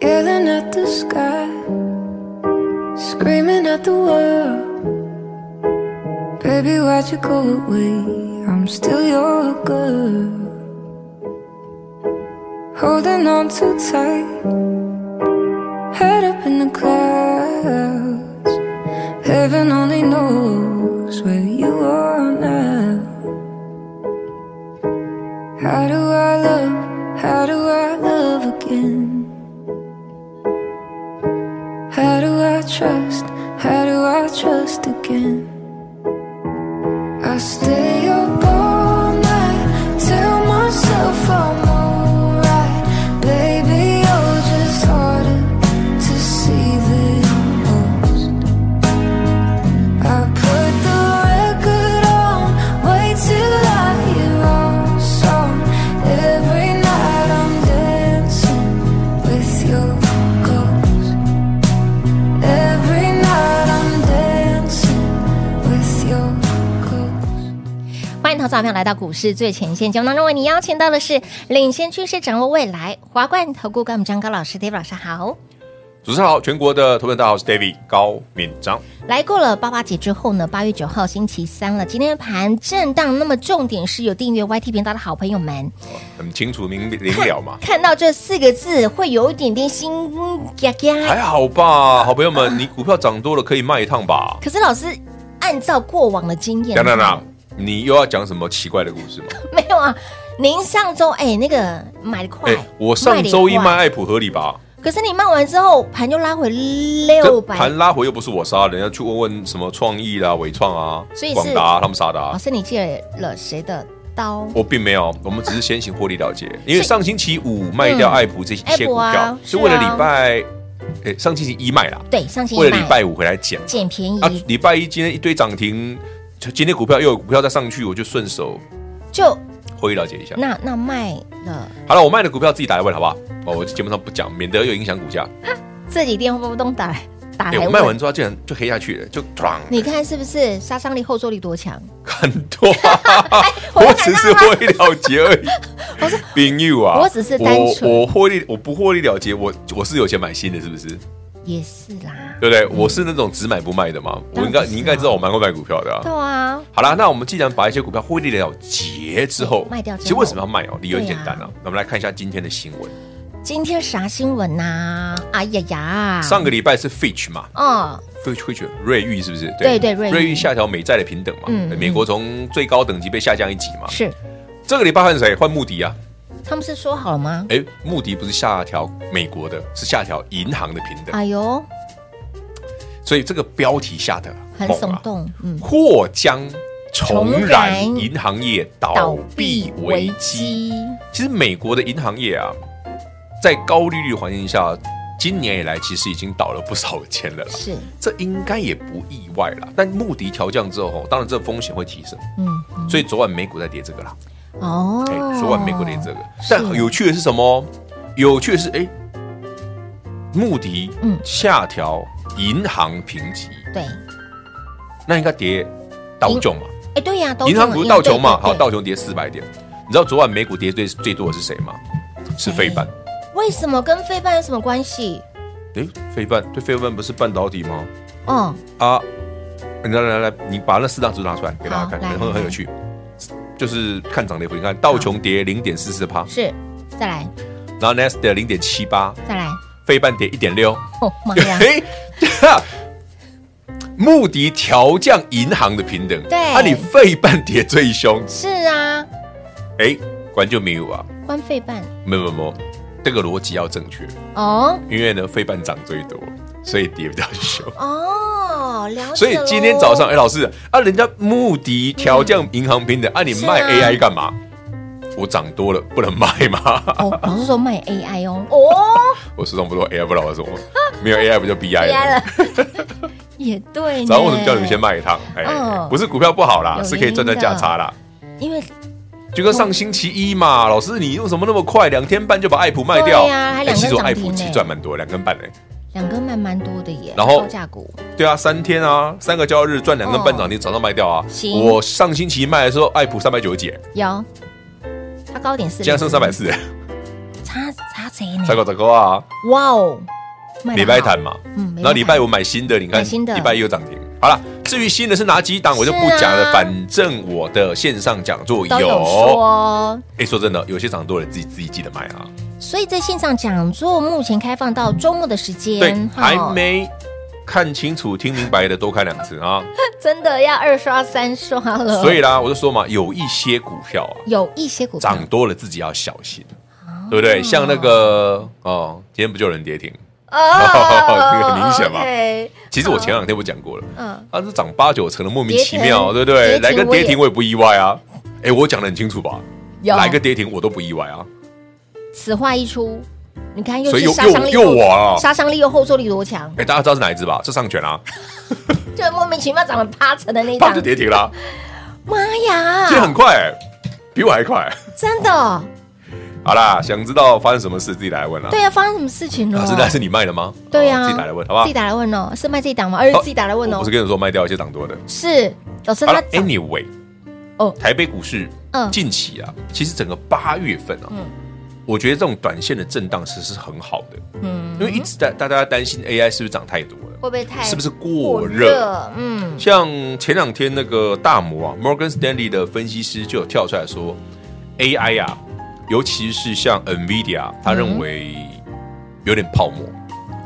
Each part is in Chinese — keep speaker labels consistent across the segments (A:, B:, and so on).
A: Yelling at the sky, screaming at the world. Baby, why'd you go away? I'm still your girl. Holding on too tight, head up in the clouds. Heaven only knows where you are now. How do I love? How do I love again? How do I trust? How do I trust again? I stay up all night, tell myself I'm alright. Baby, you're just harder to see than most. I put the record on, wait till I hear our song. Every night I'm dancing with your ghost. Every night I'm dancing with your ghost.
B: 欢迎投资者朋友来到股市最前线节目当中，为你邀请到的是领先趋势、掌握未来华冠投顾高敏章高老师，David 老师好。
C: 主持人好，全国的投资人大家好，我是 David 高敏章。
B: 来过了八八节之后呢，八月九号星期三了，今天盘震荡，那么重点是有订阅 YT 频道的好朋友们，
C: 很清楚明明 了嘛，
B: 看到这四个字会有一点点心呀呀。
C: 还好吧，好朋友们，你股票涨多了可以卖一趟吧？
B: 可是老师按照过往的经验，
C: 当然啦，你又要讲什么奇怪的故事吗？
B: 没有啊。您上周哎、那个买的快，
C: 哎我上周一卖
B: 得也
C: 爱普合理吧？
B: 快，可是你卖完之后盘就拉回六百，
C: 盘拉回又不是我杀的，人家去问问什么创意啦、伟创啊
B: 所以、是哦
C: 广达啊他们杀的
B: 老
C: 啊。
B: 师你借了谁的刀？
C: 我并没有，我们只是先行获利了结，因为上星期五卖掉爱普这一
B: 嗯爱
C: 些
B: 普
C: 股
B: 啊
C: 票，是
B: 是啊
C: 为了礼拜，哎，上星期一卖啦，
B: 对，上星期
C: 为了礼
B: 卖
C: 拜五回来捡嘛。
B: 捡便宜、
C: 啊，礼拜一今天一堆涨停，就今天股票又有股票再上去，我就顺手
B: 就
C: 回了解一下。
B: 那那卖了。
C: 好了，我卖的股票自己打来问好不好？哦，我节目上不讲，免得又影响股价。
B: 自己电话不动打来打
C: 对，
B: 来
C: 哎我
B: 问，
C: 卖完之后竟然就黑下去了，就哐，
B: 你看是不是杀伤力、后坐力多强？
C: 很 多。
B: 我
C: 我
B: 就
C: 只
B: 想
C: 是
B: 到
C: 获利了结而已。我说，冰玉啊，
B: 我只是单纯
C: 我我获利，我不获利了结，我我是有钱买新的，是不是？
B: 也是啦，
C: 对不对？我是那种只买不卖的嘛。我应
B: 嗯当然
C: 该
B: 不是啊
C: 你应该知道我蛮会卖股票的啊
B: 对。啊，
C: 好啦，那我们既然把一些股票获利了结之后，
B: 哦卖掉之后
C: 其实为什么要卖哦？理由很
B: 对啊
C: 简单啊，我们来看一下今天的新闻。
B: 今天啥新闻呐、哎呀呀，
C: 上个礼拜是 Fitch 嘛
B: 哦，
C: ，Fitch 会觉得瑞昱是不是？
B: 对对瑞昱
C: 瑞昱下调美债的平等嘛，
B: 嗯
C: 美国从最高等级被下降一级嘛。
B: 是
C: 这个礼拜换谁？换穆迪啊？
B: 他们是说好了吗？
C: 哎，穆迪不是下调美国的，是下调银行的平等，
B: 哎呦，
C: 所以这个标题下的
B: 很
C: 啊
B: 耸动，嗯，
C: 或将重
B: 重
C: 燃
B: 燃
C: 银行业倒闭危机。，其实美国的银行业啊，在高利率环境下，今年以来其实已经倒了不少钱了啦。
B: 是，
C: 这应该也不意外啦。但穆迪调降之后，当然这风险会提升，
B: 嗯，
C: 所以昨晚美股在跌这个啦。
B: 哦
C: 哎、，昨晚美股跌这个。
B: 是
C: 但有趣的是什么？有趣的是，哎，穆迪
B: 嗯
C: 下调银行评级，
B: 对，
C: 那应该跌道琼嘛？
B: 哎，对呀，都
C: 银行股是道琼嘛？好，
B: 到
C: 道琼跌四百点。你知道昨晚美股跌最最多的是谁吗？是
B: 谁
C: 非半。
B: 为什么跟非半有什么关系？
C: 哎，非半对非半不是半导体吗？
B: 哦，
C: 啊，来来来，你把那四张纸拿出来给大家看，
B: 好来
C: 很
B: 来
C: 很有趣。就是看涨跌幅，你看道琼跌零点四四趴，
B: 是，再来，
C: 然后 Nest 跌零点七八，
B: 再来，
C: 费半跌一点六。
B: 哦妈呀！
C: 嘿，穆迪调降银行的平等，
B: 对
C: 啊，你费半跌最凶，
B: 是啊，
C: 哎，关就没有啊，
B: 关费半
C: 没有没有没有，这个逻辑要正确，
B: 哦
C: 因为呢，费半涨最多，所以跌比较凶。
B: 哦，了解咯。
C: 所以今天早上，哎、老师啊，人家穆迪调降银行平等，啊，你卖
B: 嗯是啊
C: AI 干嘛？我涨多了不能卖吗？
B: 哦，老师说卖 AI 哦，
D: 哦，
C: 我始终不说 AI 不老实我，没有 AI 不就
B: 哦
C: BI
D: 压
C: 了？
D: 了，
B: 也对呢。
C: 然后为什么叫你们先卖一趟？哎、
B: 嗯
C: 不是股票不好
B: 有
C: 啦，
B: 原因
C: 是可以赚赚价差啦。
B: 因为
C: 就跟上星期一嘛，老师你为什么那么快，两天半就把爱普卖掉？哎
B: 对呀还两根
C: 其实我
B: 涨
C: 爱
B: 停
C: 普其实
B: 呢
C: 赚蛮多，两根半哎、
B: 两个卖蛮多的耶，
C: 然后
B: 高价股
C: 对啊，三天啊，三个交易日赚两根半涨停，早上卖掉
B: 哦
C: 啊
B: 行。
C: 我上星期一卖的时候，爱普三百九十几，
B: 有，它高点四，
C: 现在剩三百，四，
B: 差差谁呢？
C: 才高才高啊！
B: 哇哦，卖得
C: 礼拜
B: 好
C: 谈嘛，
B: 嗯，
C: 然后礼拜五买新的，你看
B: 买新的
C: 礼拜一又涨停。好了，至于新的是哪几档，我就不讲
B: 是
C: 了。
B: 啊
C: 反正我的线上讲座
B: 都有说
C: 有。
B: 哦。
C: 哎，说真的，有些涨多了自己自己记得买啊。
B: 所以在线上讲座目前开放到周末的时间，
C: 对，
B: 哈
C: 还没看清楚、听明白的多看两次 啊。
B: 真的要二刷三刷了。
C: 所以啦，我就说嘛，有一些股票啊，
B: 有一些股票哦
C: 涨多了自己要小心，对不对？像那个哦，今天不就有人跌停？哦这个很明显嘛
B: 哦 OK
C: 其实我前两天我讲过了，
B: 嗯，
C: 它是涨八九成的，莫名其妙，
B: 跌停
C: 对不对？
B: 跌停
C: 来个跌停
B: 我
C: 我也不意外啊。哎，我讲的很清楚吧？
B: 有
C: 来个跌停我都不意外啊。
B: 此话一出，你看又
C: 所以
B: 是
C: 又
B: 杀伤力
C: 又又
B: 后
C: 我啊
B: 杀伤力又后坐力多强，
C: 哎，大家知道是哪一只吧？是上权啊，
B: 就莫名其妙涨了八成的那一
C: 啪
B: 档啊
C: 就，跌停啦，
B: 妈
C: 今天很
B: 呀，
C: 快欸，比我还快。
B: 真的，
C: 好啦，想知道发生什么事，自己来问啦。
B: 对啊，发生什么事情了？
C: 老师，那是你卖的吗？
B: 对
C: 哦
B: 啊，
C: 自己打来问，好不好
B: 自己？打来问哦，是卖这一档吗？而是
C: 哦
B: 自己打来问
C: 我
B: 哦
C: 不是，跟你说卖掉一些涨多的。
B: 是老师
C: 好
B: 他
C: 了哎
B: 涨
C: ，anyway，
B: 哦
C: 台北股市
B: 嗯
C: 近期啊，其实整个八月份啊，我觉得这种短线的震荡其实是很好的，
B: 嗯哎
C: 因为一直在大家担心 AI 是不是涨太多了，
B: 会不会太
C: 是不是过热？？
B: 嗯，
C: 像前两天那个大摩啊，Morgan Stanley 的分析师就有跳出来说，AI 啊，尤其是像 NVIDIA，他啊认为有点泡沫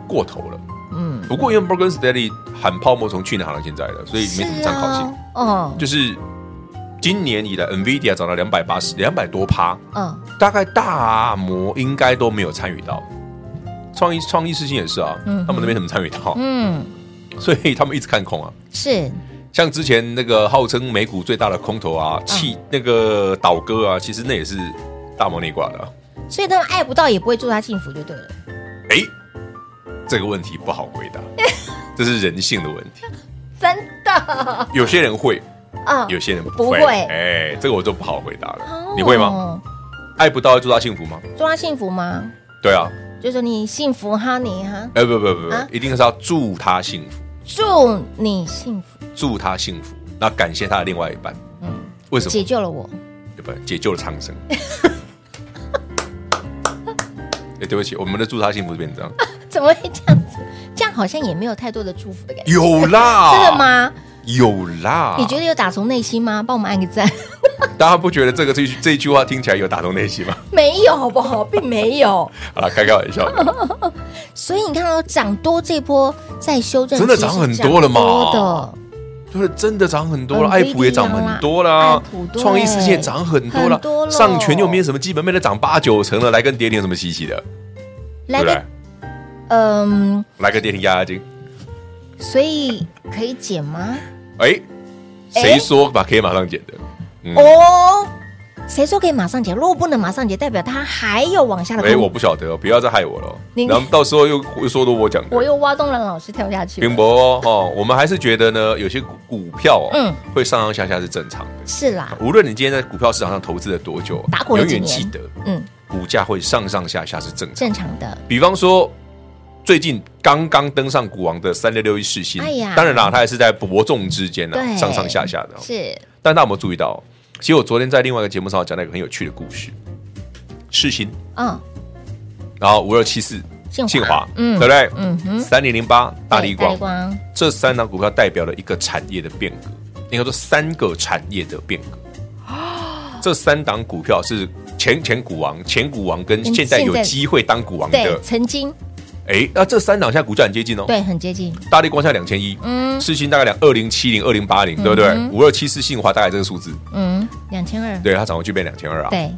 C: 过头了。嗯，不过因为 Morgan Stanley 喊泡沫从去年喊到现在了，所以没什么参考性。
B: 是啊哦，
C: 就是今年以来，NVIDIA 涨到两百八十、两百多趴，
B: 嗯，
C: 大概大摩应该都没有参与到。创意创意事情也是啊，
B: 嗯
C: 他们那边怎么参与到？
B: 嗯，
C: 所以他们一直看空啊。
B: 是
C: 像之前那个号称美股最大的空头
B: 嗯
C: 啊，气、那个倒戈啊，其实那也是大摩那一挂的、啊。
B: 所以他们爱不到也不会祝他幸福就对了。
C: 哎、这个问题不好回 答，这是人性的问题。
B: 真的，
C: 有些人会，
B: 嗯，
C: 有些人不
B: 不
C: 会。
B: 会
C: 哎、这个我就不好回答了。你会吗？
B: 哦？
C: 爱不到会祝他幸福吗？
B: 祝他幸福吗？
C: 对啊，
B: 就说你幸福哈，你哈，
C: 哎、不不不不，
B: 啊
C: 一定是要祝他幸福，
B: 祝你幸福，
C: 祝他幸福，那感谢他的另外一半。
B: 嗯，
C: 为什
B: 解
C: 么？
B: 救了我。
C: 不，解救了苍生。 哎、对不起，我们的祝他幸福是变成这 样，
B: 怎么会这样子？这样好像也没有太多的祝福的感觉，
C: 有啦，
B: 真的？吗？
C: 有啦，
B: 你觉得有打从内心吗？帮我们按个赞。
C: 大家不觉得这个这一句这一句话听起来有打动内 心吗？
B: 没有，好不好？并没有。
C: 好了，开开玩 笑的，
B: 所以你看到涨多这波在修正，
C: 真的涨很多了嘛
B: 其实涨多的
C: 对，真的涨很多了，
B: 嗯
C: 爱普也涨很多啦
B: 爱普，对
C: 创意世界涨很多
B: 很多
C: 了，
B: 咯
C: 上权又没什么基本面的涨八九成了，来跟跌停有什么稀奇的？对
B: 来
C: 不对
B: 个？嗯，
C: 来个跌停压压惊，
B: 所以可以减吗？
C: 哎，谁说把可以马上减的？嗯，
B: 哦，谁说可以马上解？如果不能马上解，代表它还有往下的空
C: 哎，
B: 间。
C: 我不晓得哦，不要再害我了
B: 你，
C: 然后到时候又又说的我讲
B: 我
C: 的。
B: 又挖洞让老师跳下去了。
C: 冰博哦哦，我们还是觉得呢，有些股股票哦，
B: 嗯
C: 会上上下下是正常的。
B: 是啦，
C: 无论你今天在股票市场上投资了多久
B: 打，滚了
C: 永
B: 几
C: 远
B: 年
C: 记得，
B: 嗯，
C: 股价会上上下下是正常。
B: 正常的。
C: 比方说，最近刚刚登上股王的三六六一世新，
B: 哎呀
C: 当然啦，它也是在伯仲之间
B: 对
C: 啊，上上下下的哦。
B: 是
C: 但大家有没有注意到？其实我昨天在另外一个节目上讲到一个很有趣的故事，世新，
B: 嗯，
C: 然后五二七四
B: 信华嗯
C: 对不对？
B: 嗯哼
C: 三零零八大力
B: 对大
C: 光嗯
B: 力，光，
C: 这三档股票代表了一个产业的变革，应该说三个产业的变革。
B: 啊
C: 这三档股票是前前股王、前股王跟
B: 嗯
C: 现在有
B: 现在
C: 机会当股王
B: 对
C: 的，，
B: 曾经
C: 哎，那这三档现在股价很接近哦。
B: 对很接近，
C: 大力光下两千一，
B: 嗯
C: 世新大概两二零七零、二零八零，对不对？五二七四信华大概这个数字，
B: 嗯，两千二，
C: 对它涨回去变两千二啊。
B: 对，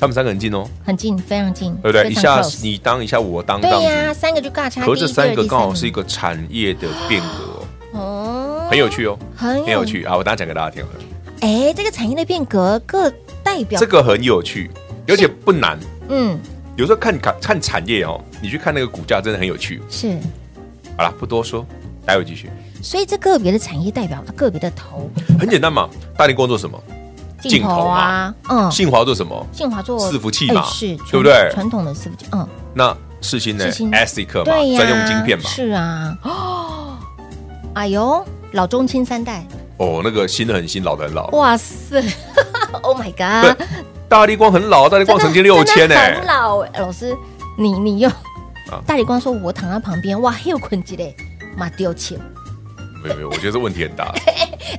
C: 他们三个很近哦，
B: 很近，非常近，
C: 对不对？
B: 非
C: 一
B: 常
C: 下
B: close
C: 你当，一下我当，这
B: 对呀，
C: 样子。
B: 三个就尬差，
C: 可
B: 第
C: 这
B: 一
C: 三
B: 第
C: 个
B: 二
C: 刚好是
B: 第
C: 一个产业的变革哦，
B: 三名哦，
C: 很有趣哦，
B: 很嗯
C: 很有趣啊！我等下讲给大家听好了。
B: 哎，这个产业的变革各代表
C: 这个很有趣，而且不难。
B: 嗯
C: 有时候看看看产业哦，你去看那个股价真的很有趣。
B: 是，
C: 好了，不多说，待会继续。
B: 所以这个别的产业代表个别的头
C: 很简单嘛，大力光做什么？镜头
B: 啊，嗯，
C: 信华做什么？
B: 信华做
C: 伺服器嘛
B: 哎是，
C: 对不对
B: 传统的伺服器，嗯，
C: 那世新呢
B: 世芯
C: ？ASIC 嘛，
B: 对呀，
C: 专用晶片嘛。
B: 是啊，哦，哎呦，老中青三代，
C: 哦，那个新的很新，老的很老。
B: 哇塞 ，Oh my
C: 对
B: god，，
C: 大力光很老，大力光曾经六千
B: 真
C: 呢
B: 的。很老哎，老师，你你又
C: 啊
B: 大理光说，我躺在旁边，哇，还有困机嘞，妈丢钱。
C: 没有没有，我觉得这问题很大。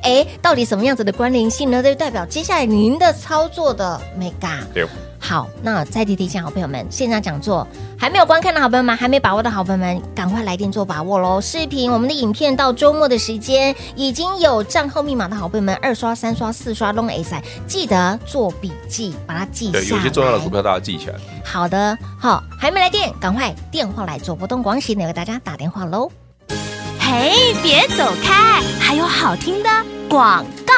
B: 哎，到底什么样子的关联性呢？这就代表接下来您的操作的 mega。
C: 对，
B: 好，那再提提醒好朋友们，线上讲座还没有观看的好朋友们，还没把握的好朋友们，赶快来电做把握喽！视频我们的影片到周末的时间已经有账号密码的好朋友们，二刷、三刷、四刷都 A 赛，记得做笔记，把它记 下来。
C: 对，有些重要的股票大家记起来。
B: 好的，好，还没来电，赶快电话来做波动广喜，能给大家打电话喽。
E: 嘿，别走开，还有好听的广告。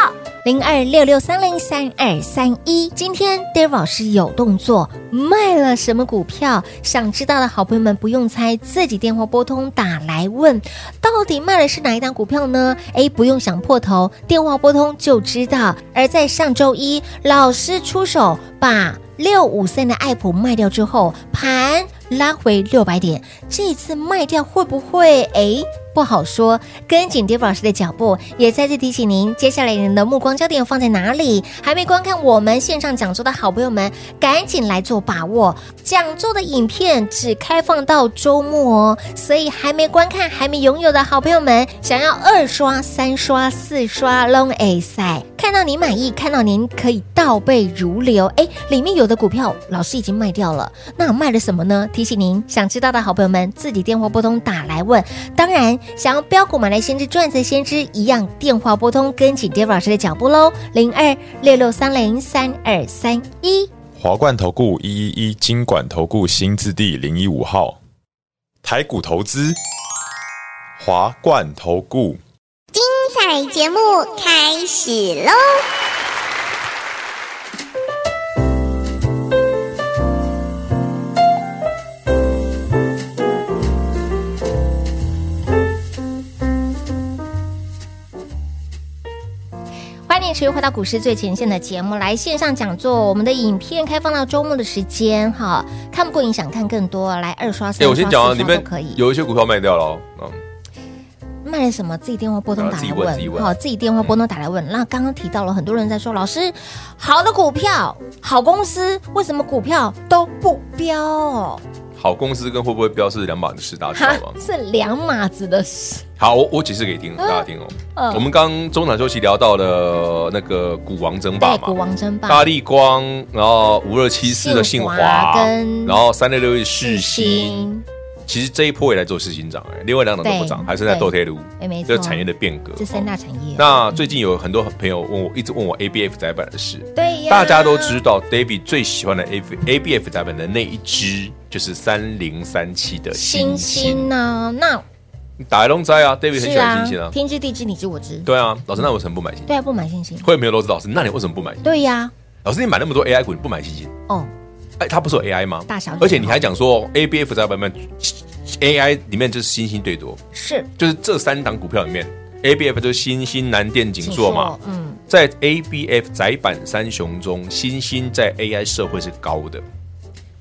B: 零二六六三零三二三一。今天 Dave 老师有动作，卖了什么股票？想知道的好朋友们不用猜，自己电话拨通打来问，到底卖的是哪一档股票呢？哎，不用想破头，电话拨通就知道。而在上周一，老师出手把六五三的爱普卖掉之后，盘拉回六百点，这次卖掉会不会？哎，不好说。跟紧 d a v 老师的脚步，也再次提醒您，接下来您的目光焦点放在哪里？还没观看我们线上讲座的好朋友们，赶紧来做把握。讲座的影片只开放到周末哦，所以还没观看、还没拥有的好朋友们，想要二刷、三刷、四刷 Long A 赛，看到您满意，看到您可以倒背如流。哎，里面有的股票老师已经卖掉了，那卖了什么呢？提醒您，想知道的好朋友们自己电话拨通打来问。当然，想要标股买来先知赚财先知一样，电话拨通跟紧 Dave 老师的脚步喽，零二六六三零三二三一。
F: 华冠投顾一一一金管投顾新字第零一五号，台股投资，华冠投顾。
G: 彩节目开始喽！
B: 欢迎持续回到股市最前线的节目，来线上讲座，我们的影片开放到周末的时间哈，看不过瘾想看更多，来二刷、三
C: 哎，
B: 刷、
C: 我先讲啊，
B: 四
C: 里
B: 刷都
C: 面
B: 可以。
C: 有一些股票卖掉了哦，嗯，
B: 卖了什么？自己电话拨通
C: 啊
B: 打
C: 自
B: 来
C: 己问自己
B: 问，
C: 问
B: 好，自己电话拨通打来问。那刚刚提到了很多人在说，老师，好的股票、好公司，为什么股票都不飙哦？
C: 好公司跟会不会标是两码的事，大家
B: 哈
C: 知道吗，？
B: 是两码子的事。
C: 好，我我解释给你听，大家听哦。
B: 嗯
C: 我们刚中场休息聊到了那个股王争
B: 对，
C: 霸嘛，
B: 股王争
C: 大
B: 霸，
C: 力光，然后五二七四的信
B: 信华
C: 华，
B: 跟
C: 然后三六六一世新，，其实这一波也来做世新涨哎，另外两档都不涨，
B: 对
C: 还剩下豆铁炉，
B: 哎没错
C: 这个产业的变革。哦
B: 这三大产业。
C: 那最近有很多朋友问我，一直问我 ABF 窄板的事，
B: 对呀，
C: 大家都知道 David 最喜欢的 A ABF 窄板的那一只就是三零三七的
B: 星
C: 星星，
B: 星呢？那
C: 打龙斋啊，David 很
B: 是
C: 喜欢
B: 啊
C: 星星啊，，
B: 天知地知你知我知，
C: 对啊，老师那为什么不买星星？
B: 对啊，不买星星，
C: 会没有都知道，老师那你为什么不买？
B: 对呀，
C: 老师你买那么多 AI 股，你不买星星？
B: 哦，
C: 哎，它不是有 AI 吗？
B: 大小眼
C: 而且你还讲说 ABF 在版本 AI 里面就是星星最多，
B: 是
C: 就是这三档股票里面，ABF 就是星星、南电、景硕
B: 景。
C: 嘛
B: 硕嗯，
C: 在 ABF 窄板三雄中，星星在 AI 社会是高的，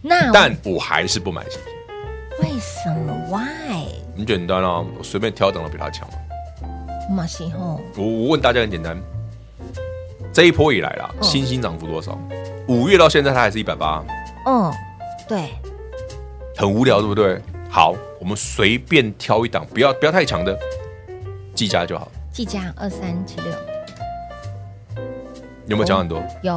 B: 那
C: 但我还是不买星星。
B: 为什么 why
C: 很简单啊，我随便挑一档都比它强嘛。
B: 马西吼？
C: 我我问大家很简单，这一波以来啦，
B: 嗯
C: 星星涨幅多少？五月到现在它还是一百八，
B: 嗯，对，
C: 很无聊，对不对？好，我们随便挑一档，不要不要太强的，技嘉就好。
B: 技嘉二三七六哦
C: 有没有强很多？
B: 有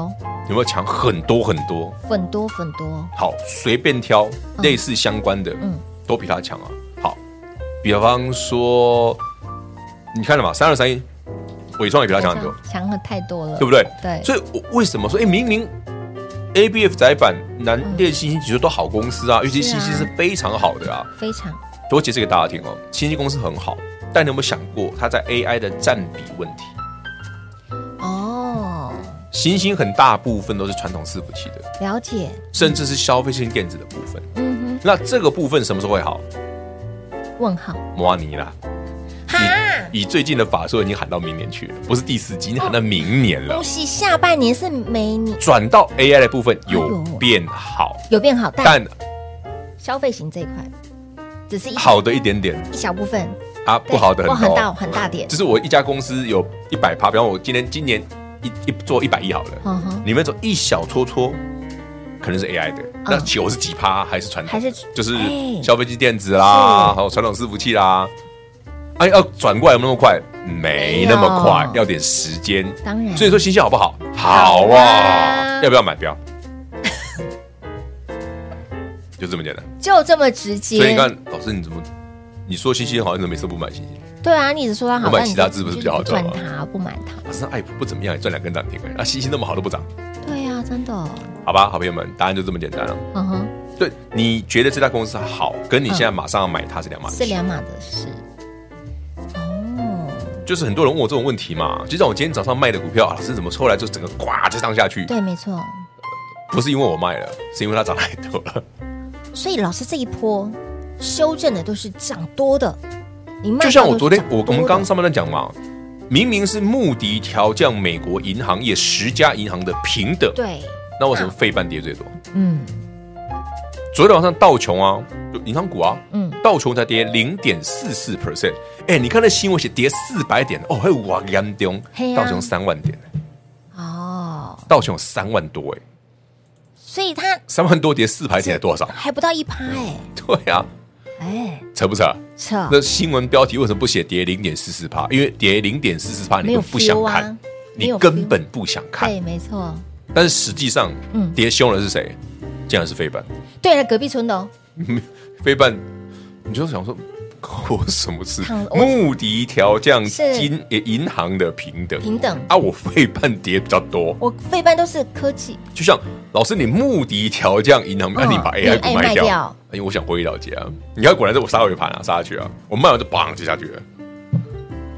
C: 有没有强很多很多？
B: 粉多粉多，
C: 好，随便挑类似相关的，
B: 嗯
C: 都比它强啊。好，比方说，你看了嘛，三二三一，伟创也比它强很多，
B: 强了太多了，
C: 对不对？
B: 对
C: 所以我为什么说，哎，明明 A B F 窄板、南电、新星指数都好公司啊，尤其
B: 是
C: 新
B: 啊
C: 星是非常好的啊。
B: 非常
C: 我解释给大家听哦，新星公司很好，但你有没有想过它在 AI 的占比问题？
B: 哦，
C: 行星很大部分都是传统伺服器的，
B: 了解，
C: 甚至是消费性电子的部分。
B: 嗯
C: 那这个部分什么时候会好？
B: 哼，问号，
C: 摩尼啦。以以最近的法说已经喊到明年去了，不是第四季，已经喊到明年了
B: 恭。喜下半年是没你
C: 转到 AI 的部分有
B: 哎呦
C: 变好，
B: 有变好，但
C: 但
B: 消费型这一块只是一
C: 好的一点点
B: 一小部分，
C: 啊，
B: 对
C: 不好的
B: 哇
C: 很
B: 很
C: 多
B: 大。很大点
C: 就，是我一家公司有一百趴，比方我今天今年一一做一百亿好了，
B: 嗯哼，
C: 里面走一小撮撮，可能是 AI 的，那九十几趴还是传统的，
B: 嗯还是
C: 就是
B: 哎
C: 消费机电子啦，还有传统伺服器啦。哎，要转过来有没有那么快？没那么快
B: 没，有
C: 要点时间。
B: 当然，
C: 所以说新鲜好不好？好
B: 好啊
C: 啊，要不要 买标？就这么简单。
B: 就这么直接，
C: 所以你看，老师你怎么你说新鲜好，你怎么每次都不买新鲜？
B: 对啊，你一直说它好，
C: 我买
B: 但你
C: 其他
B: 就
C: 字不是
B: 就
C: 比较好啊
B: 赚
C: 赚吗
B: 它不买它，
C: 老师那爱普不怎么样，也赚两根涨停而已。那啊新兴那么好都不涨，
B: 对啊，真的，
C: 好吧，好朋友们，答案就这么简单了。
B: 嗯哼，
C: 对，你觉得这家公司好，跟你现在马上要买它是两码
B: 是
C: 事。
B: 两码的事，哦，
C: 就是很多人问我这种问题嘛，就像我今天早上卖的股票，啊老师怎么后来就整个呱就上下去？
B: 对，没错，
C: 不是因为我卖了，是因为它涨太多了。
B: 所以老师这一波修正的都是涨多的，你卖
C: 就
B: 掉
C: 像我
B: 都是
C: 昨天
B: 涨
C: 我我
B: 多
C: 们
B: 的
C: 刚上半段讲嘛，明明是穆迪调降美国银行业十家银行的平等，
B: 对，
C: 那为什么费半跌最多？
B: 嗯
C: 昨天晚上道琼啊，就银行股啊，
B: 嗯
C: 道琼才跌零点四四 percent，哎，你看那新闻写跌四百点，哦，还有哇严重
B: 嘿，啊
C: 道琼三万点，
B: 哦，
C: 道琼有三万多哎，
B: 所以它
C: 三万多跌四百点才多少？
B: 还不到一趴哎
C: 对啊，
B: 哎，
C: 扯不扯？
B: 扯
C: 那新闻标题为什么不写跌零点四四趴？因为跌零点四四趴，
B: 没
C: 你
B: 有
C: 们不想
B: feel 啊
C: 看，
B: 没
C: 你
B: 有 feel
C: 根本不想看。
B: 对，没错，
C: 但是实际上，
B: 嗯
C: 跌凶的是谁？竟然是飞半。
B: 对了，隔壁村的哦，
C: 飞半，你就想说， 关我什么事
B: 看了？我
C: 穆迪调降
B: 是
C: 金诶银行的平等，
B: 平等
C: 啊，我飞半跌比较多。
B: 我费半都是科技，
C: 就像老师，你穆迪调降银行，那、啊
B: 嗯
C: 你把
B: 你
C: AI
B: 哎
C: 股卖
B: 卖
C: 掉，
B: 掉
C: 因为我想回了解啊。你看，果然是我杀尾盘啊，杀下去啊，我卖完就砰就下去了，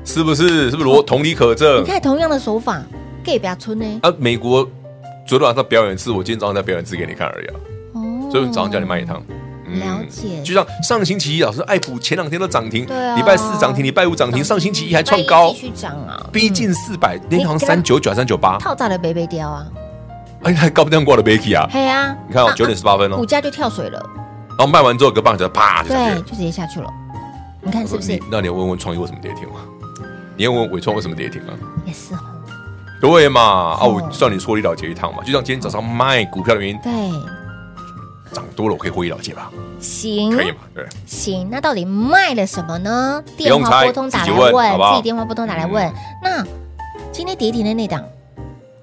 C: 是不是？是不是逻同理可证
B: 哦你？看同样的手法，给不要村呢，
C: 啊，美国昨天晚上表演一次，我今天早上再表演一次给你看而已啊。
B: 哦，
C: 所以我早上嗯叫你卖一趟。
B: 了解
C: 就像上星期一，老师爱普前两天都涨停，
B: 嗯对啊
C: 礼拜四涨停，礼拜五涨停，上星期一还创
B: 礼
C: 高
B: 拜一，继续涨啊，
C: 逼近四百，那天好像
B: 你给他
C: 三九九、三九八，
B: 套炸的北北雕啊，
C: 哎，还高不掉挂的 Becky 啊！
B: 嘿啊，
C: 你看哦，
B: 啊
C: 九点十八分哦
B: 股，价就跳水了，
C: 然后卖完之后，隔半小时啪就下
B: 对，
C: 去了
B: 就。直接下去了，你看
C: 我
B: 是
C: 说
B: 不是
C: 你？，那你要问问创意为什么跌停吗？你要问伟创为什么跌停啊？
B: 也是哦，
C: 对嘛？啊，
B: 哦
C: 我算你说理了解一趟嘛。就像今天早上卖股票的原因
B: 对，
C: 涨多了，我可以获利了解吧？
B: 行
C: 可以嘛？对，
B: 行，那到底卖了什么呢？电
C: 用
B: 话
C: 猜
B: 拨通打
C: 自己
B: 来
C: 问好不好
B: 自
C: 嗯
B: 己电话拨通打来问。那今天跌停的那档，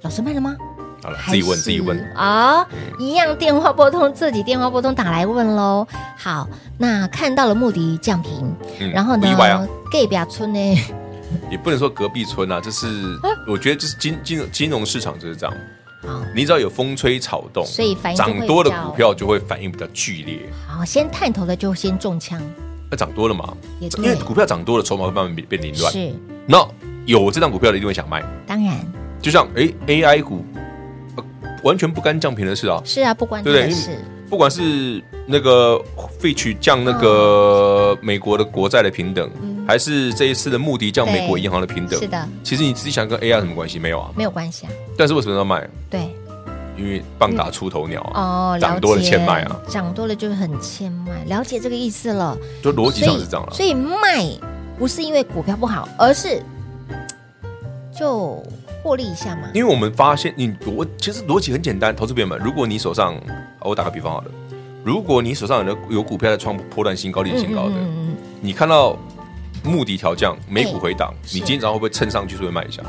B: 老师卖了吗？
C: 好了，
B: 还
C: 自己问
B: 是
C: 自己问。
B: 啊、一样电话拨通，自己电话拨通打来问喽。好，那看到了穆迪降频，
C: 嗯
B: 然后
C: 不
B: 呢
C: 意外啊，
B: ，gay 表村 呢，
C: 也不能说隔壁村啊，就是我觉得就是金金金融市场就是这样
B: 好，
C: 你只要有风吹草动，
B: 哦所以反应就会
C: 涨多的
B: 比较
C: 股票就会反应比较剧烈。
B: 好，先探头的就先中枪，
C: 那涨多了嘛
B: 也，对
C: 因为股票涨多了，筹码会慢慢变变凌乱。
B: 是，
C: 那有这张股票的一定会想卖，
B: 当然
C: 就像诶 AI 股、呃完全不干降平的事啊，
B: 是啊，不关他
C: 对不
B: 的
C: 对
B: 事，
C: 不管是那个 Fitch 降那
B: 哦
C: 个美国的国债的平等，还是这一次的穆迪降美国银行的平
B: 嗯
C: 等，
B: 是的，
C: 其实你自己想跟 AI 有什么关系没有啊？
B: 没有关系啊，
C: 但是为什么要卖？
B: 对，
C: 因为棒打出头鸟啊，
B: 哦，了
C: 涨多了
B: 解
C: 欠卖啊，
B: 涨多了就很欠卖，了解这个意思了。
C: 就逻辑上是这样了。啊
B: 所以所以卖不是因为股票不好，而是嘖就获利一下嘛。
C: 因为我们发现，你逻其实逻辑很简单，投资朋友们，如果你手上，啊我打个比方好了，如果你手上有的有股票在创破断新高、历史新高的，
B: 嗯
C: 你看到目的调降，美股
B: 哎
C: 回档，你今天早上会不会趁上去，是会卖一下？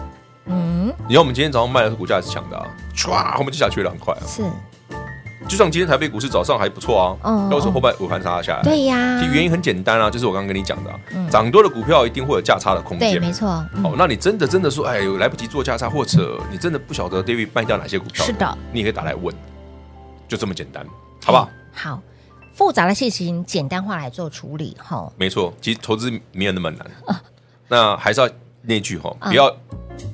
B: 嗯，
C: 你看我们今天早上卖的是股价是强的啊，唰，后面就下去了，很快啊。
B: 嗯是
C: 就像今天台北股市早上还不错
B: 哦
C: 啊，要是后半尾盘杀下来，
B: 对呀
C: 其实哎原因很简单啊，就是我刚刚跟你讲的啊
B: 嗯，
C: 涨多的股票一定会有价差的空
B: 对，
C: 间，
B: 没错，嗯
C: 哦，那你真的真的说，哎，来不及做价差，或者你真的不晓得 David 卖掉哪些股票，
B: 是嗯的，
C: 你也可以打来问，就这么简单，好不好？
B: 好。复杂的事情简单化来做处理，哈，
C: 没错，其实投资没有那么难，那还是要那句哈，
B: 嗯
C: 不要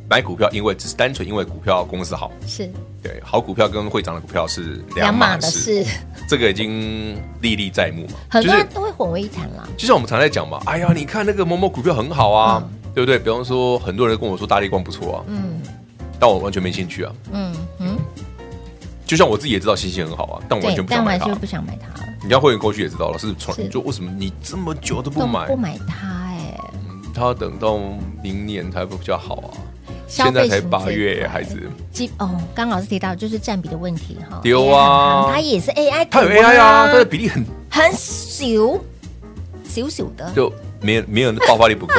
C: 买股票因为只是单纯因为股票公司好，
B: 是
C: 对，好股票跟会涨的股票是两
B: 码
C: 码
B: 的
C: 事，
B: 事，
C: 这个已经历历在目嘛。
B: 很
C: 就
B: 多
C: 是
B: 人都会混为一谈啦。
C: 就像我们常在讲嘛，哎呀，你看那个某某股票很好啊，对不对？比方说，很多人跟我说大力光不错啊，
B: 嗯
C: 但我完全没兴趣啊。
B: 嗯嗯，
C: 就像我自己也知道星星很好啊，但我完
B: 对
C: 全，不
B: 但
C: 想
B: 我
C: 买
B: 还
C: 它
B: 是。不想买它，
C: 你看会员过去也知道了，是
B: 是
C: 从就为什么你这么久都不
B: 都
C: 买
B: 不？买它哎。
C: 嗯它等到明年才比较好啊。
B: 消
C: 现
B: 费
C: 在
B: 型
C: 才八
B: 这一
C: 月，
B: 块
C: 孩子，
B: 基哦，刚老师提到就是占比的问题哈，
C: 丢啊
B: AI 行它也是 AI，
C: 它有
B: 股
C: AI 啊，它的比例很
B: 很小小小的，
C: 就没有没有爆发 力不够，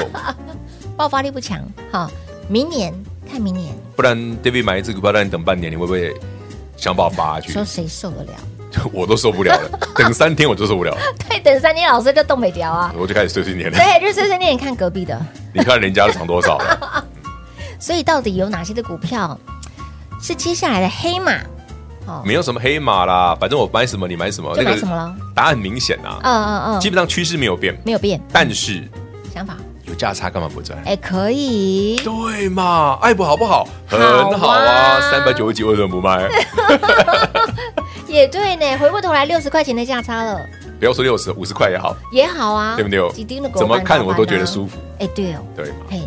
B: 爆发力不强哈。明年看明年，
C: 不然 David 买一只股票让你等半年，你会不会想把我扒下 去
B: 说？谁受得了？
C: 我都受不了了，等三天我就受不了了，
B: 对，哎等三天老师就东北调啊。
C: 我就开始碎碎念了。
B: 对，就碎碎念看隔壁的，
C: 你看人家的涨多少了？
B: 所以到底有哪些的股票是接下来的黑马？哦，
C: 没有什么黑马啦，反正我买什么你买什么，
B: 就买什么了
C: 答案明显啊，
B: 嗯嗯
C: 基
B: 嗯，
C: 本上趋势没有变，
B: 没有变
C: 但是
B: 想法，
C: 有价差干嘛不赚？
B: 哎，可以，
C: 对嘛，爱博好不好？
B: 好
C: 很
B: 啊
C: 好啊，三百九十几为什么不卖？
B: 也对呢。回过头来六十块钱的价差了。
C: 不要说六十，五十块也好，
B: 也好啊，
C: 对不对
B: 几丁的？狗
C: 怎么
B: 板
C: 看
B: 老
C: 我
B: 板
C: 都
B: 啊
C: 觉得舒。服，
B: 哎，对哦，
C: 对嘛？
B: 嘿，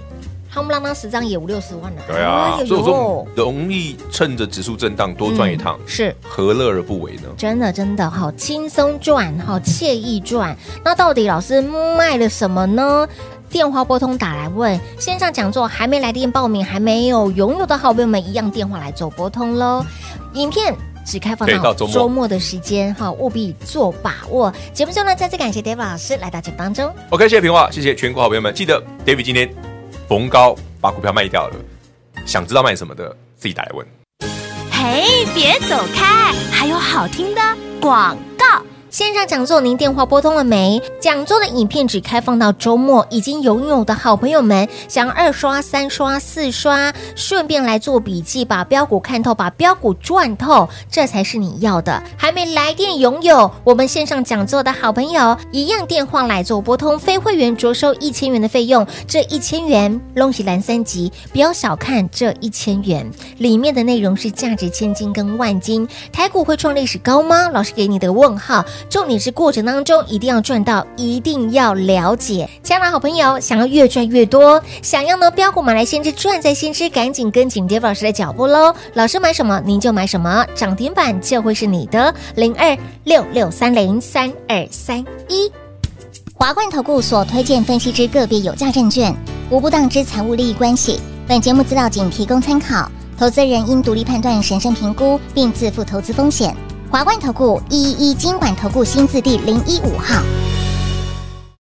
B: 夯不啷当十张也五六十万了。
C: 对啊，
B: 哎呦嗯
C: 所以我说容易趁着指数震荡多赚一趟，
B: 是。
C: 何乐而不为呢？
B: 真的，真的好轻松赚，好惬意赚。那到底老师卖了什么呢？电话拨通打来问，线上讲座还没来电报名，还没有拥有的好朋友们，一样电话来做拨通喽。影片。只开放
C: 对
B: 到
C: 到周末
B: 周末的时间哈，务必做把握。节目中呢，再次感谢 David 老师来到节目当中。
C: OK，谢谢平话，谢谢全国好朋友们。记得 David 今天逢高把股票卖掉了，想知道卖什么的自己打来问。
E: 嘿，别走开，还有好听的广告。
B: 线上讲座，您电话拨通了没？讲座的影片只开放到周末，已经拥有的好朋友们，想二刷、三刷、四刷，顺便来做笔记，把标股看透，把标股赚透，这才是你要的。还没来电拥有我们线上讲座的好朋友，一样电话来做拨通，非会员着收一千元的费用，这一千元恭喜蓝三级，不要小看这一千元，里面的内容是价值千金跟万金，台股会创历史高吗？老师给你的问号。重点是过程当中一定要赚到，一定要了解。亲爱的好朋友，想要越赚越多，想要呢标股马来先知赚在先知，赶紧跟紧 Dave 老师的脚步喽。老师买什么您就买什么，涨停板就会是你的。零二六六三零三二三一。
G: 华冠投顾所推荐分析之个别有价证券，无不当之财务利益关系。本节目资料仅提供参考，投资人应独立判断、审慎评估，并自负投资风险。华冠投顾一一一金管投顾新字第零一五号。